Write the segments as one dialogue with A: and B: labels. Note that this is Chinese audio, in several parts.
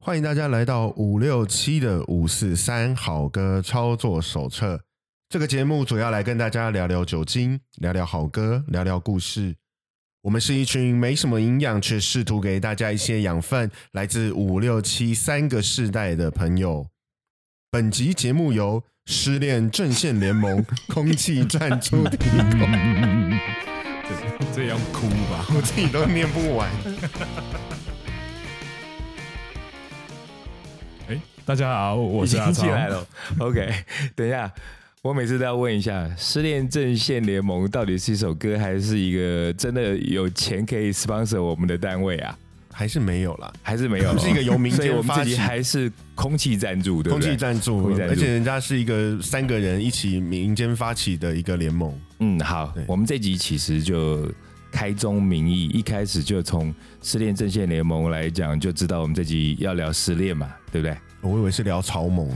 A: 欢迎大家来到五六七的五四三好歌操作手册。这个节目主要来跟大家聊聊酒精，聊聊好歌，聊聊故事。我们是一群没什么营养，却试图给大家一些养分，来自五六七三个世代的朋友。本集节目由失恋阵线联盟空气赞助提供，
B: 这要哭吧？
A: 我自己都念不完。
B: 哎，大家好，我
C: 已
B: 是
C: 经
B: 阿超
C: 进。来了。OK，等一 下，我每次都要问一下，《失恋阵线联盟》到底是一首歌，还是一个真的有钱可以 sponsor 我们的单位啊？
A: 还是没有啦，
C: 还是没有？
A: 是一个由民间
C: 所以我们自己
A: 发起
C: 还是空气赞助，对不
A: 空
C: 对？
A: 气赞助
C: 空气，赞助
A: 而且人家是一个三个人一起民间发起的一个联盟。
C: 嗯，好
A: 对，
C: 我们这集其实就开宗明义，一开始就从《失恋阵线联盟》来讲，就知道我们这集要聊失恋嘛，对不对？
A: 我以为是聊草 蜢，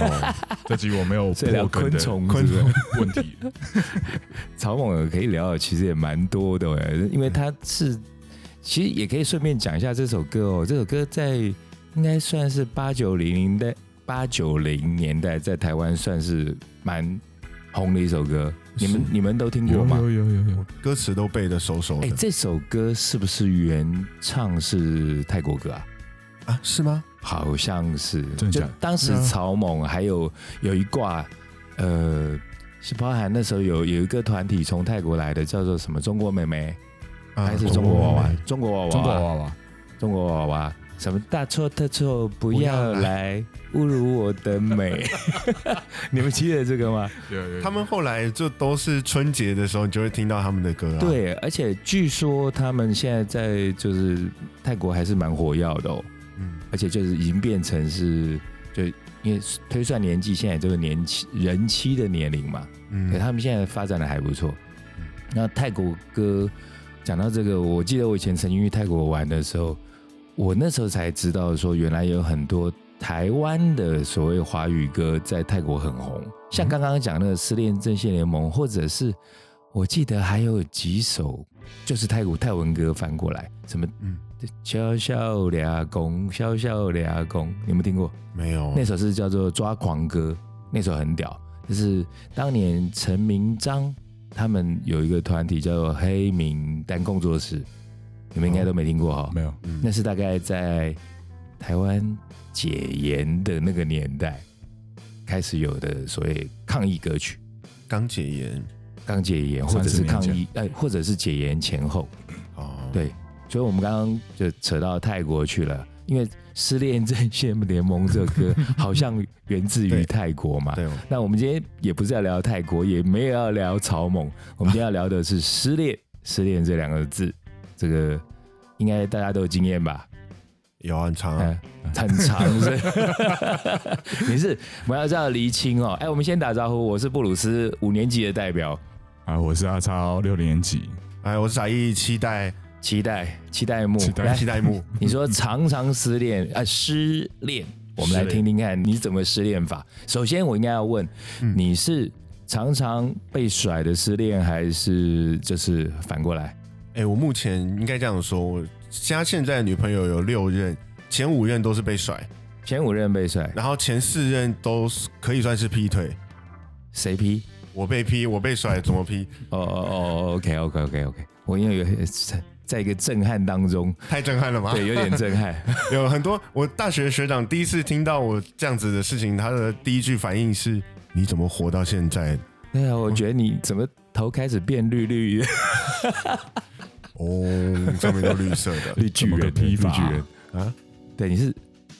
A: 哦，
B: 这集我没有
C: 所以聊
B: 破梗
C: 昆
B: 的
C: 虫，
A: 昆
C: 是不是
B: 问 题，
C: 草蜢可以聊的其实也蛮多的耶，因为它是其实也可以顺便讲一下这首歌哦。这首歌在应该算是八九零年代，八九零年代在台湾算是蛮红的一首歌。你们
A: 是
C: 你们都听过
B: 有
C: 吗？
B: 有有有有，
A: 歌词都背得熟熟
C: 哎、
A: 的
C: 这首歌是不是原唱是泰国歌啊？
A: 啊？是吗？
C: 好像是，
B: 真的
C: 就
B: 假的
C: 当时
A: 嗯
C: 草蜢还有有一挂，呃，是包含那时候有有一个团体从泰国来的，叫做什么中国妹妹。
A: 啊
C: 还是中国娃娃
A: 妹妹？
C: 中国娃娃，
B: 中国娃娃，
C: 中国娃娃，什么大错特错，不
A: 要
C: 要来侮辱我的美。 你们记得这个吗？
B: 有有有
A: 他们后来就都是春节的时候，你就会听到他们的歌啊。，
C: 对，而且据说他们现在在就是泰国还是蛮火药的哦，
A: 嗯，
C: 而且就是已经变成是就因为推算年纪，现在就是年期人妻的年龄嘛，
A: 嗯
C: 可他们现在发展的还不错
A: 嗯。
C: 那泰国歌讲到这个，我记得我以前曾经去泰国玩的时候，我那时候才知道说，原来有很多台湾的所谓华语歌在泰国很红，像刚刚讲那个《失恋阵线联盟》，或者是我记得还有几首就是泰国泰文歌翻过来，什么
A: 嗯
C: 小小俩公，小小俩公，你有没有听过？
A: 没有
C: 那首是叫做《抓狂歌》，那首很屌，就是当年陈明章他们有一个团体叫做黑名单工作室，你们应该都没听过哈、
B: 哦没有？
A: 嗯
C: 那是大概在台湾解严的那个年代开始有的所谓抗议歌曲，
A: 钢解炎
C: 刚解严或者
B: 30
C: 是
B: 年
C: 抗
B: 前
C: 议，呃，或者是解严前后。
A: 哦，
C: 对所以我们刚刚就扯到泰国去了，因为《失恋阵线联盟》这歌 好像源自
A: 对
C: 于泰国嘛。
A: 对哦，
C: 那我们今天也不是要聊泰国，也没有要聊草蜢，我们今天要聊的是失恋。失恋这两个字，这个应该大家都有经验吧？
A: 有啊很长啊，
C: 嗯、很长 是不是。你是我要这样厘清哦。哎，我们先打招呼，我是布鲁斯五年级的代表，
B: 啊，我是阿超，六年级，
A: 哎，我是傻一，期待
C: 期待期待木
B: 期待
C: 来
A: 期，待 木，
C: 你说常常失恋啊、失恋，我们来
A: 失恋
C: 听听看你怎么失恋法。首先，我应该要问、
A: 嗯
C: 你是常常被甩的失恋，还是就是反过来？
A: 哎，我目前应该这样说，我家现在的女朋友有六任，前五任都是被甩，
C: 前五任被甩，
A: 然后前四任都是可以算是劈腿，
C: 谁批？
A: 我被劈，我被甩，怎么劈？
C: 哦哦哦，OK OK OK OK，我因为有在一个震撼当中，
A: 太震撼了吧？
C: 对，有点震撼。
A: 有很多我大学学长第一次听到我这样子的事情，他的第一句反应是：“你怎么活到现在
C: 对啊，我觉得你怎么头开始变绿绿的？？”
A: 哦，上面都绿色 的，
C: 绿巨
B: 怎么个
C: 人，
B: 批法
C: 绿巨人
A: 啊
C: 啊？对，你是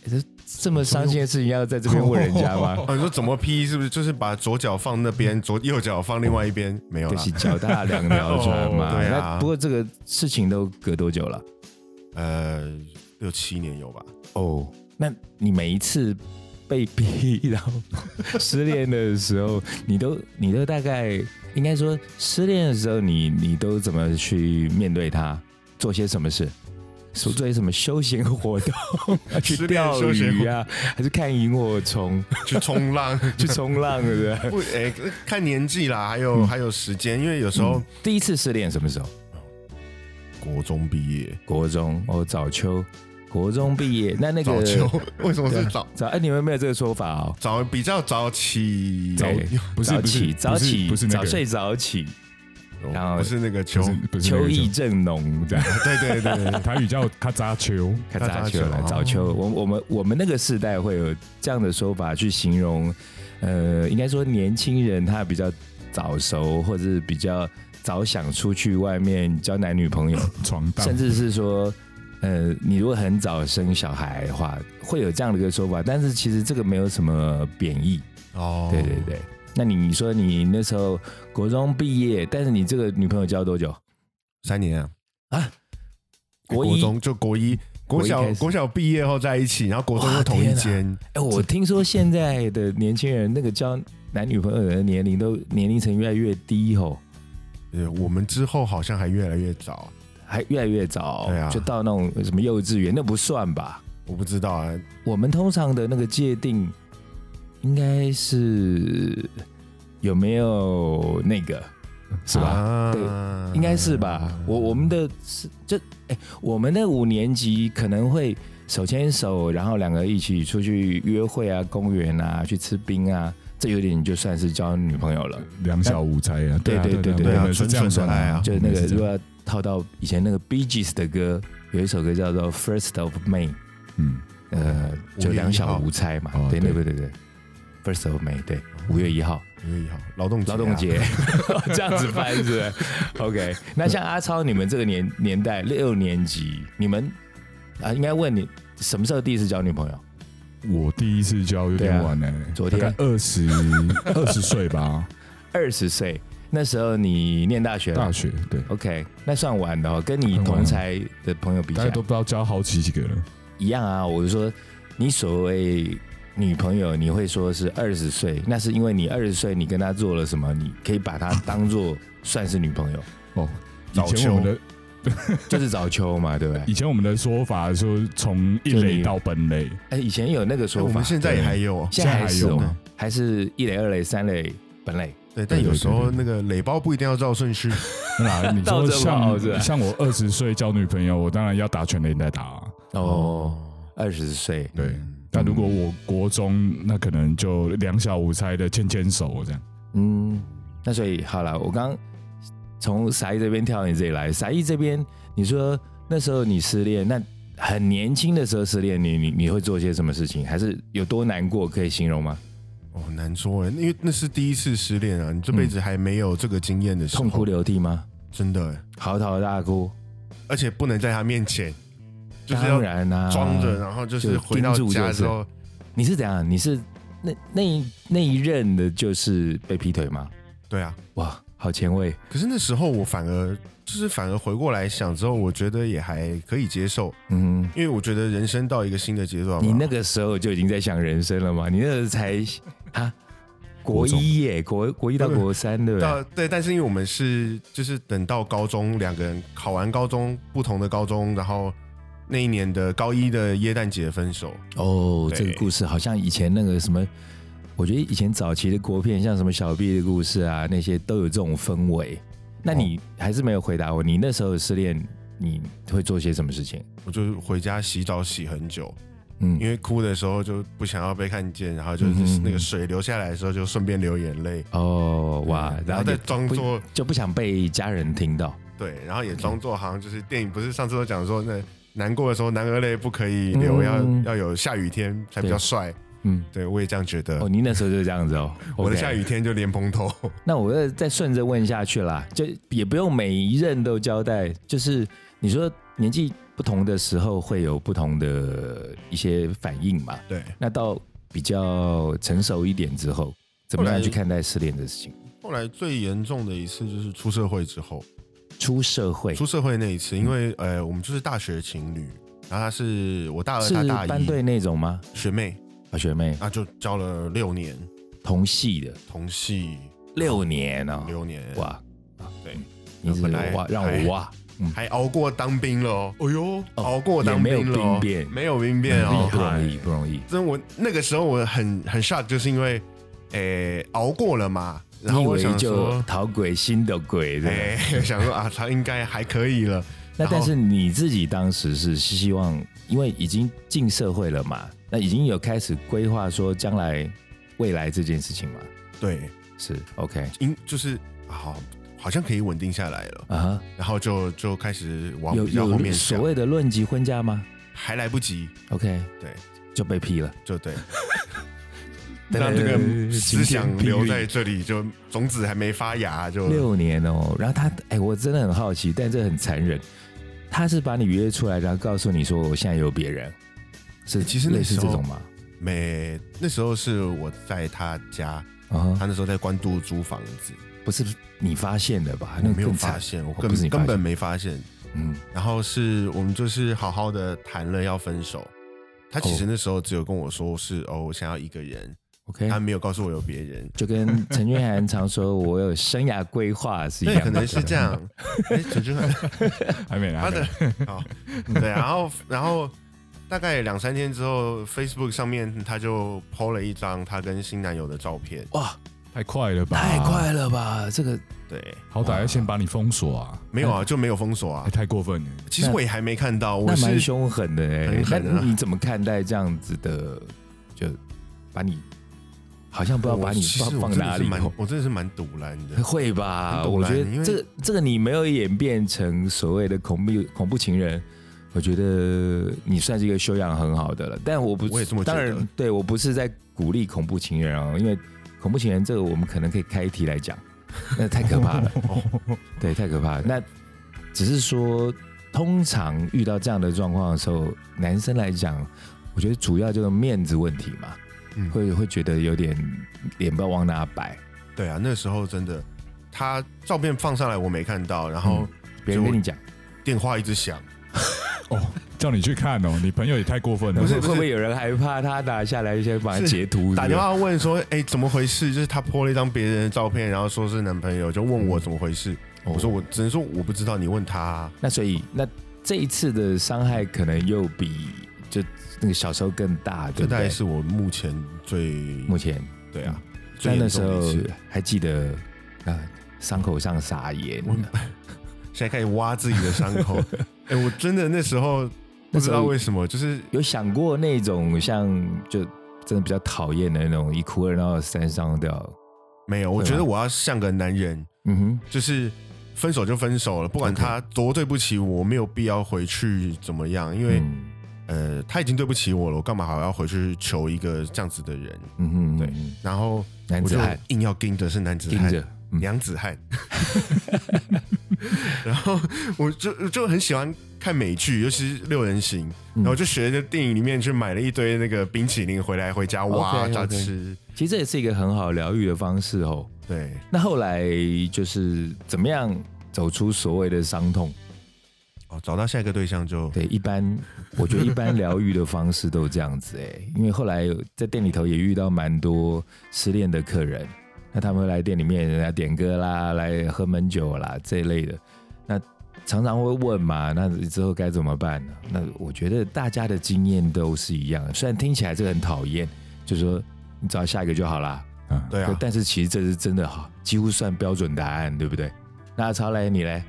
C: 哎这这么伤心的事情要在这边问人家吗？
A: 哦，你说怎么劈？是不是就是把左脚放那边，左右脚放另外一边？没有
C: 就
A: 啦
C: 是，脚踏两条船嘛。
A: 哦 对啊
C: 那不过这个事情都隔多久了？
A: 呃，六七年有吧？
C: 哦，那你每一次被逼然后失恋的时候，你都 你都大概应该说失恋的时候你，你都怎么去面对它？做些什么事？做做些什么休闲活动？
A: 失
C: 去
A: 恋
C: 钓
A: 休闲活
C: 鱼啊，还是看萤火虫？
A: 去冲浪，
C: 去冲浪，对不对？
A: 不，哎、看年纪啦，还
C: 嗯
A: 有、还有时间，因为有时候、
C: 第一次失恋什么时候？
A: 国中毕业，
C: 国中哦，早秋国中毕业，那那
A: 早
C: 个
A: 秋，为什么是早
C: 早哎，你们没有这个说法哦。
A: 早比较早起？
C: 早
A: 哦
B: 不是
C: 早
B: 不是不是
C: 起，哎早起，
B: 不是那个
C: 早睡早起，然后
A: 哦不是那个秋
B: 不，是不是那
C: 秋
B: 个
C: 意正浓，这样
A: 对对对对，对
B: 台语叫咔嚓秋，
C: 咔嚓秋
A: 咔嚓
C: 了
A: 秋，
C: 早秋。我我们我们那个世代会有这样的说法去形容，呃，应该说年轻人他比较早熟，或者是比较早想出去外面交男女 朋友，
B: 床单
C: 甚至是说，呃，你如果很早生小孩的话，会有这样的一个说法。但是其实这个没有什么贬义，
A: 哦
C: 对对对。那你你说你那时候国中毕业，但是你这个女朋友交多久？
A: 三年啊
C: 啊，
A: 国
C: 国一
A: 中就国一，国
C: 国一
A: 小
C: 开始
A: 国小毕业后在一起，然后国中
C: 哇
A: 又同一
C: 天啊
A: 间，
C: 哎、我听说现在的年轻人那个交男女朋友的年龄都年龄层越来越低吼，
A: 呃，我们之后好像还越来越早，
C: 还越来越早，
A: 对啊
C: 就到那种什么幼稚园，那不算吧？
A: 我不知道啊，
C: 我们通常的那个界定应该是有没有那个是吧？
A: 啊
C: 应该是吧？我我们的是就哎、我们的五年级可能会手牵手，然后两个一起出去约会啊，公园啊，去吃冰啊，这有点就算是交女朋友了。
B: 两小无猜啊，啊
C: 对对
B: 对
C: 对
A: 对
B: 我
A: 对
B: 们是这样算
A: 纯纯
B: 的
A: 的爱啊
C: 就那
B: 我们
C: 个
B: 是这
C: 如
B: 样
C: 果要套到以前那个 Bee Gees 的歌，有一首歌叫做《First of May》，
B: 嗯，
C: 呃，就两小无猜嘛
B: 哦，
C: 对，
B: 对哦
C: 那个对对，First of May，对，五月一号
A: 五月一号劳动节啊
C: 劳动，节，
B: 啊
C: 这样子翻是 不是？OK，那像阿超你们这个年年代六年级，你们啊，应该问你什么时候第一次交女朋友？
B: 我第一次交有
C: 对
B: 点
C: 啊
B: 晚呢，
C: 昨天
B: 二十二十岁吧，
C: 二十岁，那时候你念大学
B: 大
C: 了。
B: 学对，
C: OK，那算晚的哦，跟你
B: 很晚
C: 同
B: 了
C: 才的朋友比起
B: 大
C: 来
B: 家，都不知道交好几个了，
C: 一样啊，我是说，你所谓女朋友，你会说是二十岁，那是因为你二十岁，你跟她做了什么，你可以把她当做算是女朋友，
B: 哦，
A: 早
B: 以前我们
A: 秋
B: 的
C: 就是早秋嘛，对不对？
B: 以前我们的说法说从一
C: 就
B: 垒
C: 你
B: 到本垒，
C: 哎，以前有那个
A: 哎
C: 说
A: 我
C: 法，
A: 们现在也
B: 对
A: 还有，
C: 现在还是
B: 现在还有
C: 哦
B: 吗，
C: 还是一垒、二垒、三垒、本垒，
A: 对，但
B: 对
A: 有
B: 对
A: 时候
B: 对
A: 那个垒包不一定要照顺序，
B: 那你
C: 倒
B: 说
C: 着跑是吧
B: 像像我二十岁交女朋友，我当然要打全垒再打啊。
C: 哦，二十岁，
B: 对
A: 嗯，
B: 但如果我国中，那可能就两小无猜的牵牵手这样。
C: 嗯，那所以好了，我刚从傻一这边跳到你这里来，傻一这边，你说那时候你失恋，那很年轻的时候失恋，你你你会做些什么事情？还是有多难过可以形容吗？
A: 哦，难说哎，因为那是第一次失恋啊，你这辈子还没有这个经验的时候，
C: 痛哭流涕吗？
A: 真的欸，
C: 嚎啕大哭？
A: 而且不能在他面前，就是要
C: 当然啦、
A: 装着，啊然后就是
C: 就
A: 回到
C: 盯住
A: 家
C: 就是
A: 之后，
C: 你是怎样？你是那那一那一任的就是被劈腿吗？
A: 对啊。
C: 哇，好前卫！
A: 可是那时候我反而就是反而回过来想之后，我觉得也还可以接受，
C: 嗯，
A: 因为我觉得人生到一个新的阶段嘛，
C: 你那个时候就已经在想人生了吗？你那时候才啊，国
B: 国中
C: 一耶，国国一到国三，对不对？
A: 到对，但是因为我们是就是等到高中，两个人考完高中不同的高中，然后那一年的高一的耶诞节分手，
C: 哦，
A: 对
C: 这个故事好像以前那个什么，我觉得以前早期的国片，像什么小 B 的故事啊，那些都有这种氛围。那你还是没有回答我，你那时候失恋，你会做些什么事情？
A: 我就回家洗澡洗很久，
C: 嗯
A: 因为哭的时候就不想要被看见，然后就
C: 嗯哼
A: 是
C: 嗯
A: 那个水流下来的时候就顺便流眼泪，嗯
C: 哦，哇，
A: 然
C: 然
A: 后
C: 后
A: 再
C: 就
A: 装
C: 不
A: 作
C: 就不想被家人听到。
A: 对，然后也装作好像就是电影不是上次都讲说那。难过的时候，男儿泪不可以流，
C: 嗯
A: 要要有下雨天才比
C: 对
A: 较帅。
C: 嗯，
A: 对我也这样觉得。
C: 哦，你那时候就是这样子哦。
A: 我的
C: OK
A: 下雨天就莲蓬 头。
C: 那我再再顺着问下去啦，就也不用每一任都交代，就是你说年纪不同的时候会有不同的一些反应嘛？
A: 对，
C: 那到比较成熟一点之后，怎么
A: 后
C: 样
A: 来
C: 去看待失恋的事情？
A: 后来最严重的一次就是出社会之后，
C: 出社会
A: 出社会那一次，因为
C: 嗯
A: 呃，我们就是大学情侣，然后他是我大二，
C: 是
A: 他大
C: 班
A: 一
C: 队那种吗？
A: 学妹，
C: 啊，学妹，
A: 那就交了六年，
C: 同系的，
A: 同系
C: 六年哦，
A: 六年，
C: 哇，啊
A: 对，
C: 你是
A: 本来哎
C: 哇，让我哇，嗯，
A: 还熬过当兵了哦，
B: 哦呦，
A: 熬过当兵了哦，
C: 也没有兵变嗯
A: 没有兵变
B: 厉
A: 哦
B: 害，
C: 不容易，不容易。
A: 真我那个时候我很很 shock，就是因为，诶、熬过了嘛，然
C: 你
A: 后
C: 以
A: 我
C: 为
A: 想
C: 就
A: 说，哎
C: 讨鬼心的鬼，对不对
A: 哎、想说啊，他应该还可以了，
C: 那
A: 然后
C: 但是你自己当时是希望，因为已经进社会了嘛，那已经有开始规划说将来未来这件事情嘛，
A: 对，
C: 是 OK
A: 因就是好、好像可以稳定下来了，
C: 啊
A: 然后就就开始
C: 哈，
A: 往
C: 有
A: 比较后
C: 有
A: 面
C: 所
A: 想，
C: 谓的论及婚嫁吗
A: 还来不及，
C: ？OK，
A: 对，
C: 就被批了。
A: 就 对，让这个思想留在这里，就种子还没发芽就。
C: 六年哦，然后他，哎、我真的很好奇，但这很残忍。他是把你约出来，然后告诉你说我现在有别人，是
A: 其实那
C: 类似
A: 时
C: 这
A: 候
C: 种吗？
A: 没，那时候是我在他家，
C: 啊哈、
A: 他那时候在关渡租房子，
C: 不是你发现的吧？
A: 我
C: 啊那
A: 没有
C: 更
A: 发
C: 惨，
A: 现，我
C: 哦不
A: 根
C: 是你发现
A: 根本没发现。
C: 嗯，
A: 然后是我们就是好好的谈了要分手，他其实那时候只有跟我说是哦，我想要一个人，
C: OK，
A: 他没有告诉我有别人。
C: 就跟陈俊涵常说我有生涯规划是一
A: 对，
C: 样，
A: 可能是这。 样。哎，陈俊翰，
B: 还没
A: 他
B: 来。
A: 的好，对，然后然后大概两三天之后，Facebook 上面他就 PO 了一张他跟新男友的照片。
C: 哇，
B: 太快了吧！
C: 太，快了吧！这个
A: 对，
B: 好歹要先把你封锁啊！
A: 没有啊，就没有封锁啊
B: 哎，。太过分了。
A: 其实我也还没看到，我
C: 那蛮
A: 是
C: 凶狠的哎、
A: 很狠啊
C: 那你怎么看待这样子的？就把你好像不知道把
A: 我
C: 你
A: 其
C: 放
A: 实我
C: 放
A: 真的
C: 哪
A: 是
C: 里
A: 蛮
C: 哦，
A: 我真的是蛮堵然的。
C: 会吧？
A: 很懂
C: 我觉
A: 啦因
C: 得
A: 为
C: 这个这个你没有演变成所谓的恐怖恐怖情人，我觉得你算是一个修养很好的了。但我不是，
A: 我也这么觉
C: 当
A: 得
C: 然，对我不是在鼓励恐怖情人哦，因为恐怖情人这个我们可能可以开一题来讲， 那太可 怕了，
A: 哦
C: 对，太可怕了。那只是说，通常遇到这样的状况的时候，男生来讲，我觉得主要就是面子问题嘛，
A: 嗯
C: 会会觉得有点脸不知道往哪摆。
A: 对啊，那时候真的，他照片放上来我没看到，然后
C: 嗯别人
A: 就
C: 跟你讲，
A: 电话一直响，
B: 哦，叫你去看哦，你朋友也太过分了。
A: 不是
C: 会不会有人害怕他拿下来，先把它
A: 是
C: 截图？
A: 打电话问说，哎，怎么回事？就是他 PO 了一张别人的照片，然后说是男朋友，就问我怎么回事。
C: 是不是，
A: 我说
C: 哦
A: 我只能说我不知道，你问他、啊。
C: 那所以那这一次的伤害可能又比就那个小时候更大，对
A: 这
C: 不
A: 大概
C: 对？
A: 是我目前最
C: 目前，
A: 对啊，最
C: 但那
A: 严
C: 时
A: 重的
C: 候
A: 一次。
C: 还记得啊，伤口上撒盐，
A: 我 现在开始挖自己的伤口。 哎、我真的那时候不
C: 那时
A: 知
C: 候
A: 道为什么，就是
C: 有想过那种像就真的比较讨厌的那种一哭二闹三上吊，
A: 没有。我
C: 对啊
A: 觉得
C: 吧
A: 我要像个男人，
C: 嗯哼，
A: 就是分手就分手了，不管
C: OK
A: 他多对不起我，我没有必要回去怎么样，因为、
C: 嗯
A: 呃，他已经对不起我了，我干嘛还要回去求一个这样子的人？
C: 嗯哼，
A: 对
C: 嗯
A: 然后
C: 男
A: 我
C: 子
A: 就
C: 汉
A: 硬要盯着是男子
C: 盯
A: 汉，
C: 着，嗯
A: 娘子 汉。然后我就就很喜欢看美剧，尤其是六人行，
C: 嗯
A: 然后我就学着电影里面去买了一堆那个冰淇淋回来回家挖
C: OK，OK
A: 家吃。
C: 其实这也是一个很好疗愈的方式哦。
A: 对，
C: 那后来就是怎么样走出所谓的伤痛？
A: 哦，找到下一个对象就
C: 对，一般我觉得一般疗愈的方式都这样子哎、因为后来有在店里头也遇到蛮多失恋的客人，那他们会来店里面人家点歌啦，来喝闷酒啦这一类的，那常常会问嘛，那之后该怎么办呢？那我觉得大家的经验都是一样，虽然听起来这个很讨厌，就说你找下一个就好啦，
B: 嗯，
A: 对啊，
C: 但是其实这是真的哈，几乎算标准答案，对不对？那曹磊你嘞，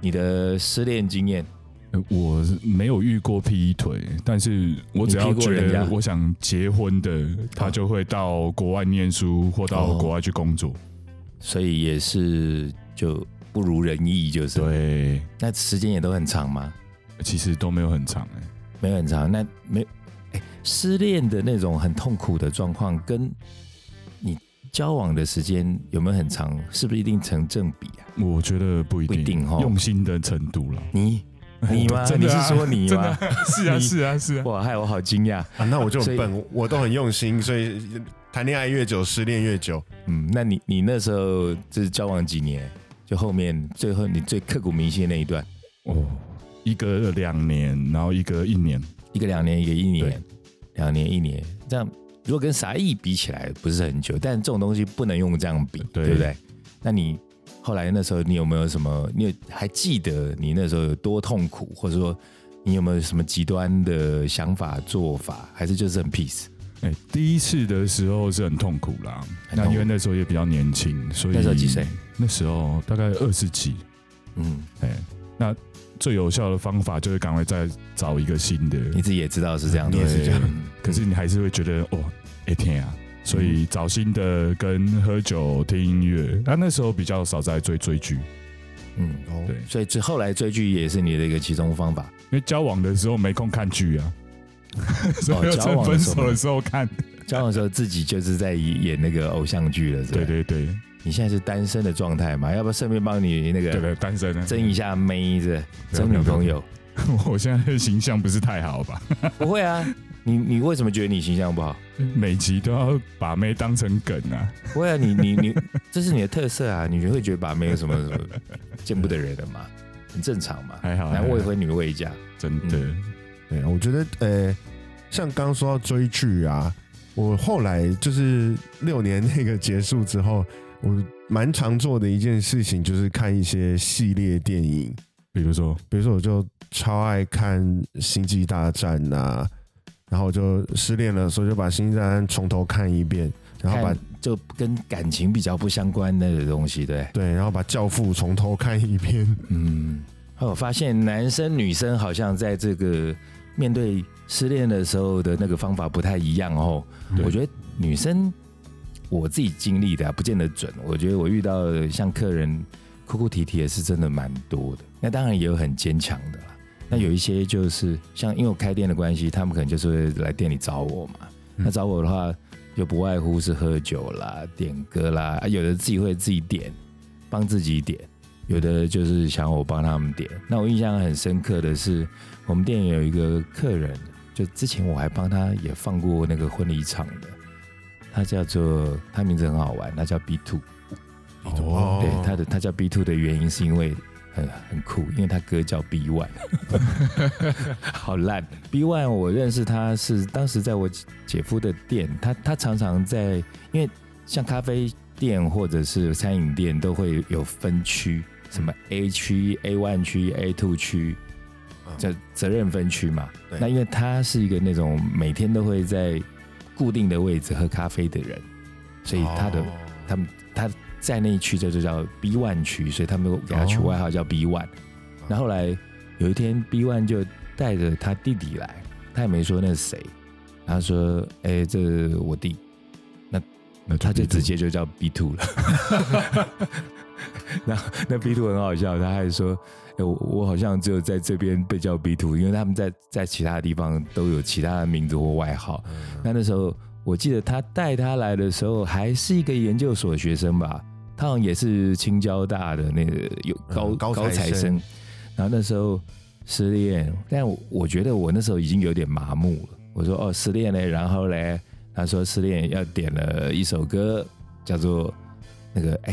C: 你的失恋经验，
B: 呃我是没有遇过劈腿，但是我只要
C: 你劈过
B: 觉
C: 人家
B: 得我想结婚的，他就会到国外念书或到
C: 哦
B: 国外去工作。
C: 所以也是就不如人意，就是。
B: 对，
C: 那时间也都很长吗？
B: 其实都没有很长哎、
C: 没有很长。那没，哎、失恋的那种很痛苦的状况，跟你交往的时间有没有很长，是不是一定成正比啊？
B: 我觉得不一定，
C: 不一定哦
B: 用心的程度了。
C: 你 你 吗？
B: 真
C: 你
B: 的啊
C: 是说你
B: 真的
C: 吗
B: 啊？是啊，
C: 你
B: 是啊，是啊。
C: 哇，害我好惊讶。
A: 啊，那我就
C: 所
A: 很
C: 以
A: 笨，我都很用心，所以谈恋爱越久，失恋越久。
C: 嗯，那你你那时候就是交往几年？就后面最后你最刻骨铭心的那一段，
B: 哦，一个两年，然后一个一年，
C: 一个两年，一个一
B: 对
C: 年，两年一年，这样如果跟傻义比起来不是很久，但这种东西不能用这样比，
B: 对
C: 对不对？那你后来那时候你有没有什么？你有还记得你那时候有多痛苦，或者说你有没有什么极端的想法做法，还是就是很 peace？
B: 哎、第一次的时候是很痛苦啦，
C: 很痛
B: 那
C: 苦
B: 因为那时候也比较年轻，所以
C: 那时候几岁？
B: 那时候大概二十几，
C: 嗯，
B: 哎、那最有效的方法就是赶快再找一个新的。
C: 你自己也知道是这样子，
A: 你也是这样
C: 嗯
B: 可是你还是会觉得哦，哎天啊！所以找新的跟喝酒听音乐，啊那、那时候比较少在追追剧，
C: 嗯，
A: 哦
B: 对，
C: 所以最后来追剧也是你的一个其中方法。
B: 因为交往的时候没空看剧啊，所以
C: 哦交
B: 趁
C: 往的
B: 分
C: 时候
B: 手的时候看。
C: 交往的时候自己就是在演那个偶像剧了，是吧
B: 对。对对
C: 你现在是单身的状态嘛？要不要顺便帮你那
B: 对
C: 个
B: 对，单身啊，
C: 争一下妹子，
B: 对啊
C: 争女朋友？
B: 我现在的形象不是太好吧？
C: 不会啊，你你为什么觉得你形象不好？
B: 每集都要把妹当成梗啊，
C: 不会啊，你你你，这是你的特色啊，你会觉得把妹有什么什么见不得人的嘛，很正常嘛。
B: 还好还
C: 男
B: 好
C: 未婚女未嫁，
B: 真的。
C: 嗯
A: 对，我觉得呃，像刚刚说到追剧啊，我后来就是六年那个结束之后，我蛮常做的一件事情就是看一些系列电影，
B: 比如说，
A: 比如说我就超爱看《星际大战》呐，然后我就失恋了，所以就把《星际大战》从头看一遍，然后把
C: 看就跟感情比较不相关的东西，对。
A: 对，然后把《教父》从头看一遍。
C: 嗯，我发现男生女生好像在这个面对失恋的时候的那个方法不太一样哦。
B: 对
C: 我觉得女生我自己经历的、啊、不见得准，我觉得我遇到的像客人哭哭啼啼也是真的蛮多的。那当然也有很坚强的啦。那有一些就是像因为我开店的关系，他们可能就是会来店里找我嘛。
A: 嗯
C: 那找我的话，就不外乎是喝酒啦、点歌啦，啊有的自己会自己点，帮自己点。有的就是想我帮他们点。那我印象很深刻的是，我们店有一个客人，就之前我还帮他也放过那个婚礼场的，他叫做他名字很好玩，他叫 B Two、
A: 哦
C: 对，他的他叫 B Two 的原因是因为很很酷，因为他哥叫 B One，好烂。B One 我认识他是当时在我姐夫的店，他他常常在，因为像咖啡店或者是餐饮店都会有分区，什么 A 区、A one 区、A two 区，
A: 嗯
C: 这责任分区嘛。
A: 对
C: 那因为他是一个那种每天都会在固定的位置喝咖啡的人，所以他的、
A: 哦
C: 他们他在那一区就就叫 B one 区，所以他们就给他取
B: 哦
C: 外号叫 B one、然后后来有一天，B one 就带着他弟弟来，他也没说那是谁，他说：“哎、这是我弟。”
B: 那
C: 他
B: 比
C: 就
B: 如
C: 直接就叫 B two 了。然后 那 B two 很好笑，他还说：“哎、我我好像只有在这边被叫 B two，因为他们在在其他地方都有其他的名字或外号。那那时候我记得他带他来的时候还是一个研究所学生吧，他好像也是清交大的那个有高、
A: 嗯高材
C: 材
A: 生
C: 生。然后那时候失恋，但我我觉得我那时候已经有点麻木了。我说哦失恋嘞，然后嘞，他说失恋要点了一首歌，叫做那个哎、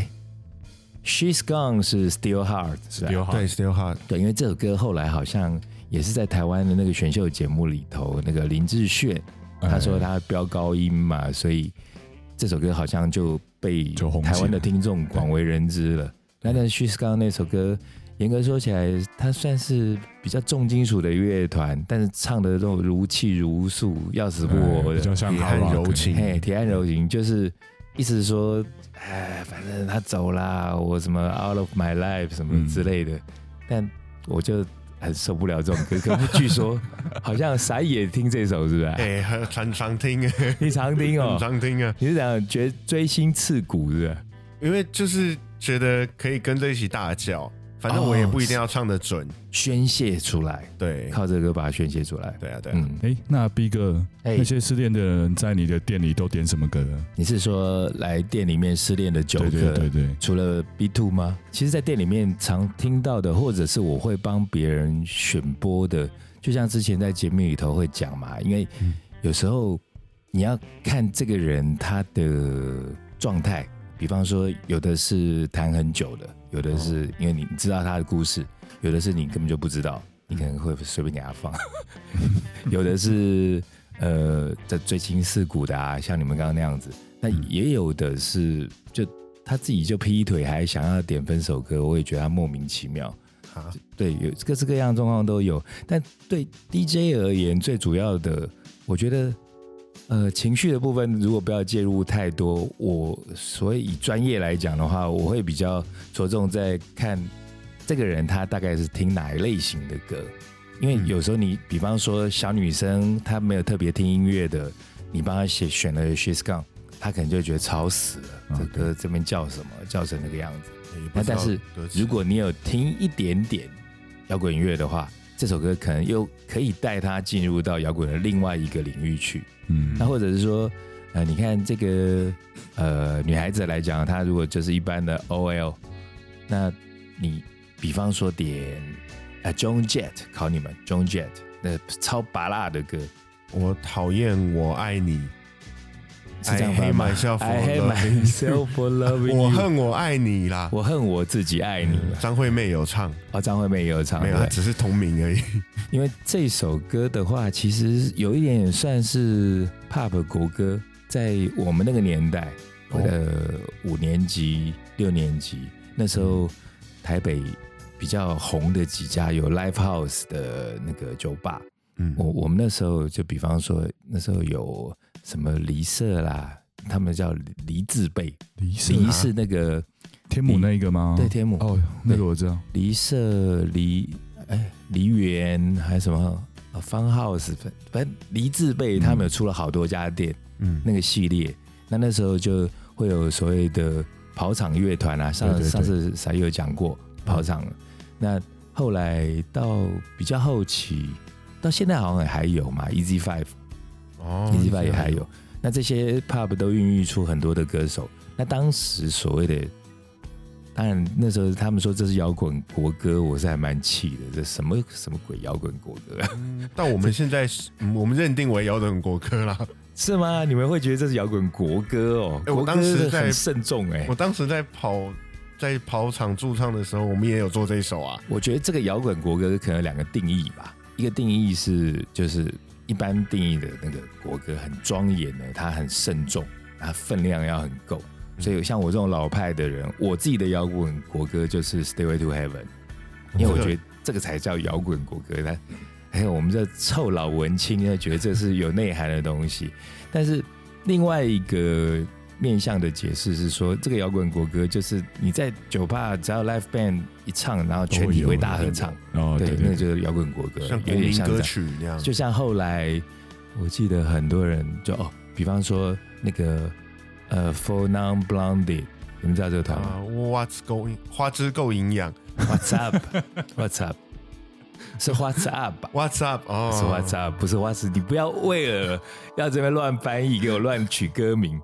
C: s h e s Gone 是 Still Hard 是吧？
B: 丢好
A: 对，Still Hard，
C: 对，因为这首歌后来好像也是在台湾的那个选秀节目里头，那个林志炫
B: 哎
C: 他说他飙高音嘛，所以这首歌好像就被
B: 就红起来
C: 台湾的听众广为人知了。那但是 s 刚刚那首歌，严格说起来，它算是比较重金属的乐团，但是唱的都如泣如诉，要死不活
B: 哎比
C: 的，
B: 较像
A: 铁
B: 好
A: 汉柔，
C: 嘿，
A: 情，
C: 铁汉柔情，就是意思是说，哎，反正他走啦，我什么 out of my life 什么
B: 嗯
C: 之类的，但我就很受不了这种歌。可是据说 好像傻也听这首是吧？
A: 哎，很常常听，
C: 你常听哦
A: 很，常听啊，
C: 你是讲觉得锥心刺骨是吧？
A: 因为就是觉得可以跟着一起大叫，反
C: 哦
A: 正我也不一定要唱的准，
C: 宣泄出来，
A: 对，
C: 靠这个歌把它宣泄出来。
A: 对啊，对啊，
C: 嗯，
B: 哎，那 B 哥，
C: 哎
B: 那些失恋的人在你的店里都点什么歌啊？
C: 你是说来店里面失恋的酒歌？
B: 对对对对，
C: 除了 B two 吗？其实，在店里面常听到的，或者是我会帮别人选播的，就像之前在节目里头会讲嘛，因为有时候你要看这个人他的状态，比方说有的是谈很久的，有的是因为你知道他的故事，有的是你根本就不知道，你可能会随便给他放， 有的是呃在追情似骨的啊，像你们刚刚那样子，那也有的是就他自己就劈腿，还想要点分手歌，我也觉得他莫名其妙。
A: 啊，
C: 对，有各式各样的状况都有。但对 DJ 而言，最主要的，我觉得，呃，情绪的部分如果不要介入太多，我所以以专业来讲的话，我会比较着重在看这个人他大概是听哪一类型的歌？因为有时候你，比方说小女生她没有特别听音乐的，你帮她写选了 She's Gone，她可能就会觉得吵死了，这
A: 啊
B: OK
C: 歌这边叫什么，叫成那个样子。
A: 也不
C: 那
A: 知道
C: 但是
A: 歌词
C: 如果你有听一点点摇滚乐的话，这首歌可能又可以带她进入到摇滚的另外一个领域去。
B: 嗯
C: 那或者是说，呃，你看这个呃女孩子来讲，她如果就是一般的 OL，那你比方说点呃 John Jett 考你们 John Jett 那超拔辣的歌
A: 我讨厌我爱你，
C: 是这样翻
A: I hate
C: 吗
A: myself for
C: I hate
A: loving
C: myself for loving you
A: 我恨我爱你啦。
C: 我恨我自己爱你。
A: 张惠妹有唱，
C: 哦，张惠妹也有唱，
A: 没有，
C: 对
A: 她只是同名 而已。
C: 因为这首歌的话，其实有一点点算是 pop 国歌，在我们那个年代，
A: 哦
C: 我的五年级、六年级那时候，台北比较红的几家有 live house 的那个酒吧，
A: 嗯，
C: 我我们那时候就比方说那时候有什么黎社啦，他们叫黎字辈，
B: 离世
C: 黎是那个
B: 天母那一个吗？
C: 对天母
B: 哦，那个我知道。
C: 离舍离哎梨园还有什么呃方 house，反反正离字辈他们有出了好多家店、
A: 嗯
C: 那个系列，那那时候就会有所谓的跑场乐团啊，上
A: 对嗯对对
C: 上次才有讲过跑场，那后来到比较后期，到现在好像也还有嘛，Easy Five。
A: 哦
C: e a s 也还有。那这些 pub 都孕育出很多的歌手。那当时所谓的，当然那时候他们说这是摇滚国歌，我是还蛮气的，这什么什么鬼摇滚国歌、啊
A: 嗯但我们现在是，嗯我们认定为摇滚国歌啦。
C: 是吗？你们会觉得这是摇滚国歌哦？
A: 哎我
C: 国歌
A: 当时
C: 是
A: 在
C: 很慎重哎、
A: 我当时在跑在跑场驻唱的时候，我们也有做这一首啊。
C: 我觉得这个摇滚国歌可能有两个定义吧，一个定义是就是一般定义的那个国歌很庄严的，它很慎重，它分量要很够。所以像我这种老派的人，我自己的摇滚国歌就是《Stairway to Heaven》，因为 我觉得这个才叫摇滚国歌。它还有我们这臭老文青，呢，觉得这是有内涵的东西。但是另外一个面向的解释是说，这个摇滚国歌就是你在酒吧只要 live band 一唱，然后全体会大合唱，
B: 哦，
C: 对，
B: 对
C: 那
B: 对，
C: 个就是摇滚国歌，
A: 像
C: 有
A: 国
C: 点
A: 民
C: 像这
A: 歌
C: 样。
A: 曲那样，
C: 就像后来，我记得很多人就哦，比方说那个呃，For Non Blondie，你们知道这个团吗
A: 啊，What's going？花枝够营养
C: ？What's up？What's up？是 What's up 吧？
A: ，What's up？哦，
C: 是 What's up，不是 What's，你不要为了要这边乱翻译，给我乱取歌名。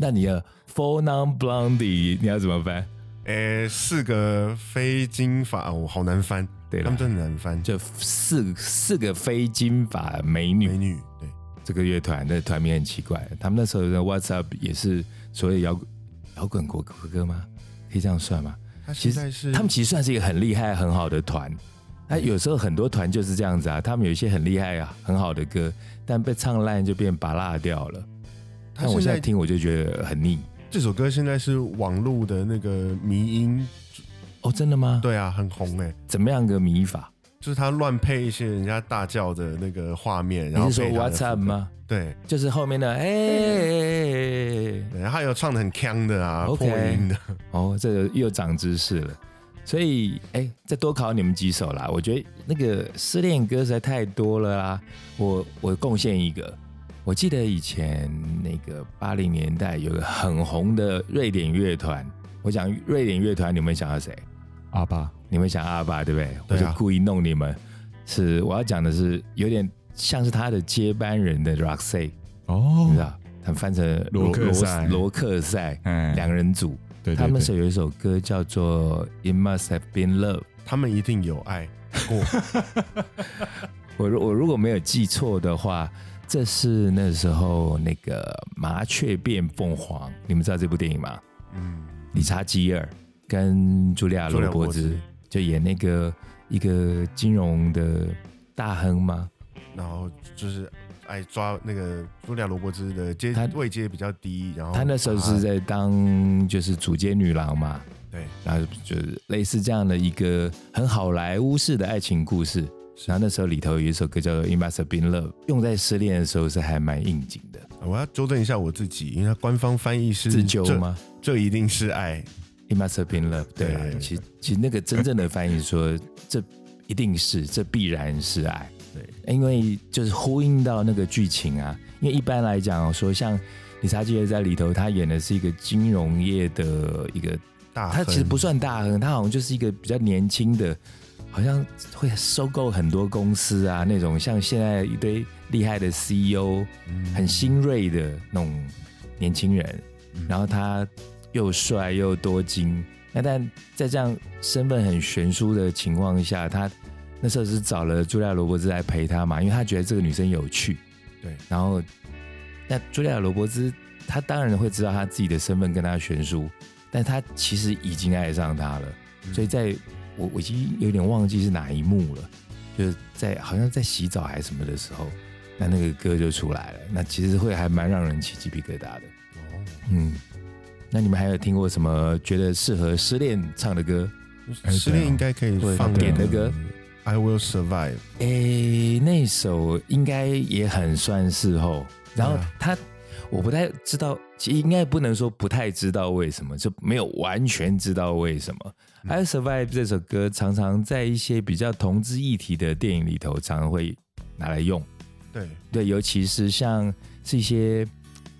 C: 那你的 For Non Blondie 你要怎么翻？
A: 诶，四个非金发，哦，好难翻，
C: 对
A: 他
C: 了
A: 们，真的难翻。
C: 就四四个非金发美女
A: 美，女，对，
C: 这个乐团的团名很奇怪，他们那时候的 What's Up 也是所谓摇滚摇滚国歌吗？可以这样算吗？
A: 她现
C: 其实
A: 在是嗯
C: 他们其实算是一个很厉害、很好的团。那有时候很多团就是这样子啊，他们有一些很厉害啊、很好的歌，但被唱烂就变拔辣掉了。
A: 她
C: 但我现在
A: 在
C: 听我就觉得很腻。
A: 这首歌现在是网络的那个迷音，
C: 哦，真的吗？，
A: 对啊，很红诶，
C: 怎么样个迷法？
A: 就是他乱配一些人家大叫的那个画面，
C: 你
A: 然后
C: 是说
A: 配她的
C: What's Up
A: 副歌？
C: 吗？
A: 对，
C: 就是后面的哎哎哎哎哎
A: 对，他有唱的很腔的啊，破
C: OK
A: 音的，
C: 哦，这个又长知识了。所以，哎，再多考你们几首啦。我觉得那个失恋歌实在太多了啦。我我贡献一个，我记得以前那个八零年代有个很红的瑞典乐团，我讲瑞典乐团，你们想到谁？
B: 阿爸，
C: 你们想阿爸对不对？我
A: 对
C: 就
A: 啊
C: 故意弄你们。是我要讲的是有点像是他的接班人的 Roxy，、你知
B: 哦，
C: 道，他们翻成
B: 罗克塞
C: 罗克塞
B: 嗯，
C: 两人组。
B: 对，对
C: 他们
B: 对
C: 是有一首歌叫做《It Must Have Been Love》。
A: 他们一定有爱过。
C: 我如我如果没有记错的话，这是那时候那个《麻雀变凤凰》，你们知道这部电影吗？
A: 嗯，
C: 理查基尔跟茱莉亚·
A: 茱莉
C: 罗
A: 亚
C: 伯
A: 罗
C: 兹
A: 伯兹
C: 就演那个一个金融的大亨吗？
A: 然后就是爱抓那个茱莉亚·罗伯兹的阶
C: 她
A: 位阶比较低，然后
C: 他那时候
A: 把
C: 是在当就是主街女郎嘛，
A: 对，
C: 然后就是类似这样的一个很好莱坞式的爱情故事。然后那时候里头有一首歌叫做《It Must Have Been Love》，用在失恋的时候是还蛮应景
A: 嗯
C: 的。
A: 我要纠正一下我自己，因为它官方翻译是
C: 自救
A: 这
C: 吗？
A: 这一定是爱，哎
C: It must have been love。对啊
A: 对，
C: 其其实那个真正的翻译说，这一定是，这必然是爱。对，因为就是呼应到那个剧情啊。因为一般来讲、哦说，像理查基尔在里头，他演的是一个金融业的一个，
A: 大
C: 他
A: 亨
C: 其实不算大亨，他好像就是一个比较年轻的，好像会收购很多公司啊那种，像现在一堆厉害的 CEO，很新锐的那种年轻人，然后他又帅又多金，那但在这样身份很悬殊的情况下，他那时候是找了茱莉亚·罗伯兹来陪他嘛，因为他觉得这个女生有趣，
A: 对，
C: 然后那茱莉亚·罗伯兹她当然会知道她自己的身份跟她悬殊，但她其实已经爱上他了，所以在我我已经有点忘记是哪一幕了，就是在好像在洗澡还是什么的时候，那那个歌就出来了，那其实会还蛮让人起鸡皮疙瘩的。
A: 哦
C: 嗯，那你们还有听过什么觉得适合失恋唱的歌？
B: 哎
A: 失恋应该可以
C: 对啊
A: 放
C: 对点的歌
A: 《I Will Survive》，
C: 诶、那首应该也很算事后。然后
A: 对啊
C: 他，我不太知道，其实应该不能说不太知道为什么，就没有完全知道为什么。I Survive》这首歌常常在一些比较同志议题的电影里头，常常会拿来用。
A: 对，
C: 对，尤其是像这些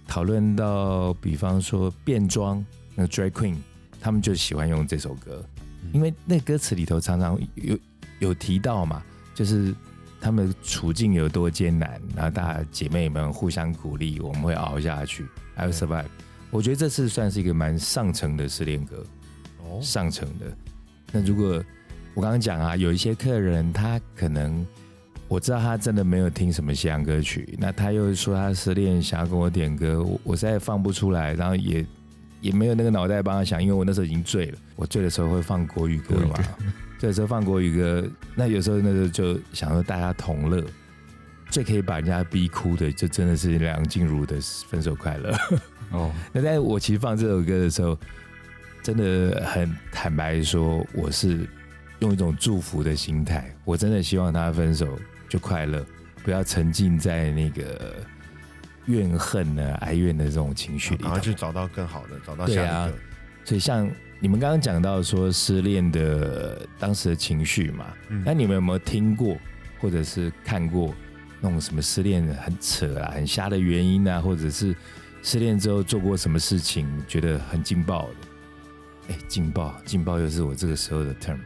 C: 讨论到，比方说变装那个 drag queen，他们就喜欢用这首歌，因为那歌词里头常常有有提到嘛，就是他们处境有多艰难，然后大家姐妹们互相鼓励，我们会熬下去，I will survive。我觉得这次算是一个蛮上乘的失恋歌，
A: 哦
C: 上层的。那如果我刚刚讲啊，有一些客人他可能我知道他真的没有听什么西洋歌曲，那他又说他失恋，想要跟我点歌，我我实在放不出来，然后也也没有那个脑袋帮他想，因为我那时候已经醉了，我醉的时候会放国语歌嘛
B: 国语，
C: 醉的时候放国语歌，那有时候那时候就想说大家同乐。最可以把人家逼哭的，就真的是梁静茹的《分手快乐》。
B: 哦，
C: 那在我其实放这首歌的时候，真的很坦白说，我是用一种祝福的心态，我真的希望他分手就快乐，不要沉浸在那个怨恨呢、哀怨的这种情绪里
A: 然后
C: 头。
A: 去找到更好的，找到
C: 对
A: 下
C: 啊
A: 一个，
C: 所以像你们刚刚讲到说失恋的当时的情绪嘛，
A: 嗯
C: 那你们有没有听过或者是看过那种什么失恋很扯啊、很瞎的原因啊，或者是失恋之后做过什么事情觉得很劲爆的？哎，劲爆，劲爆又是我这个时候的 term，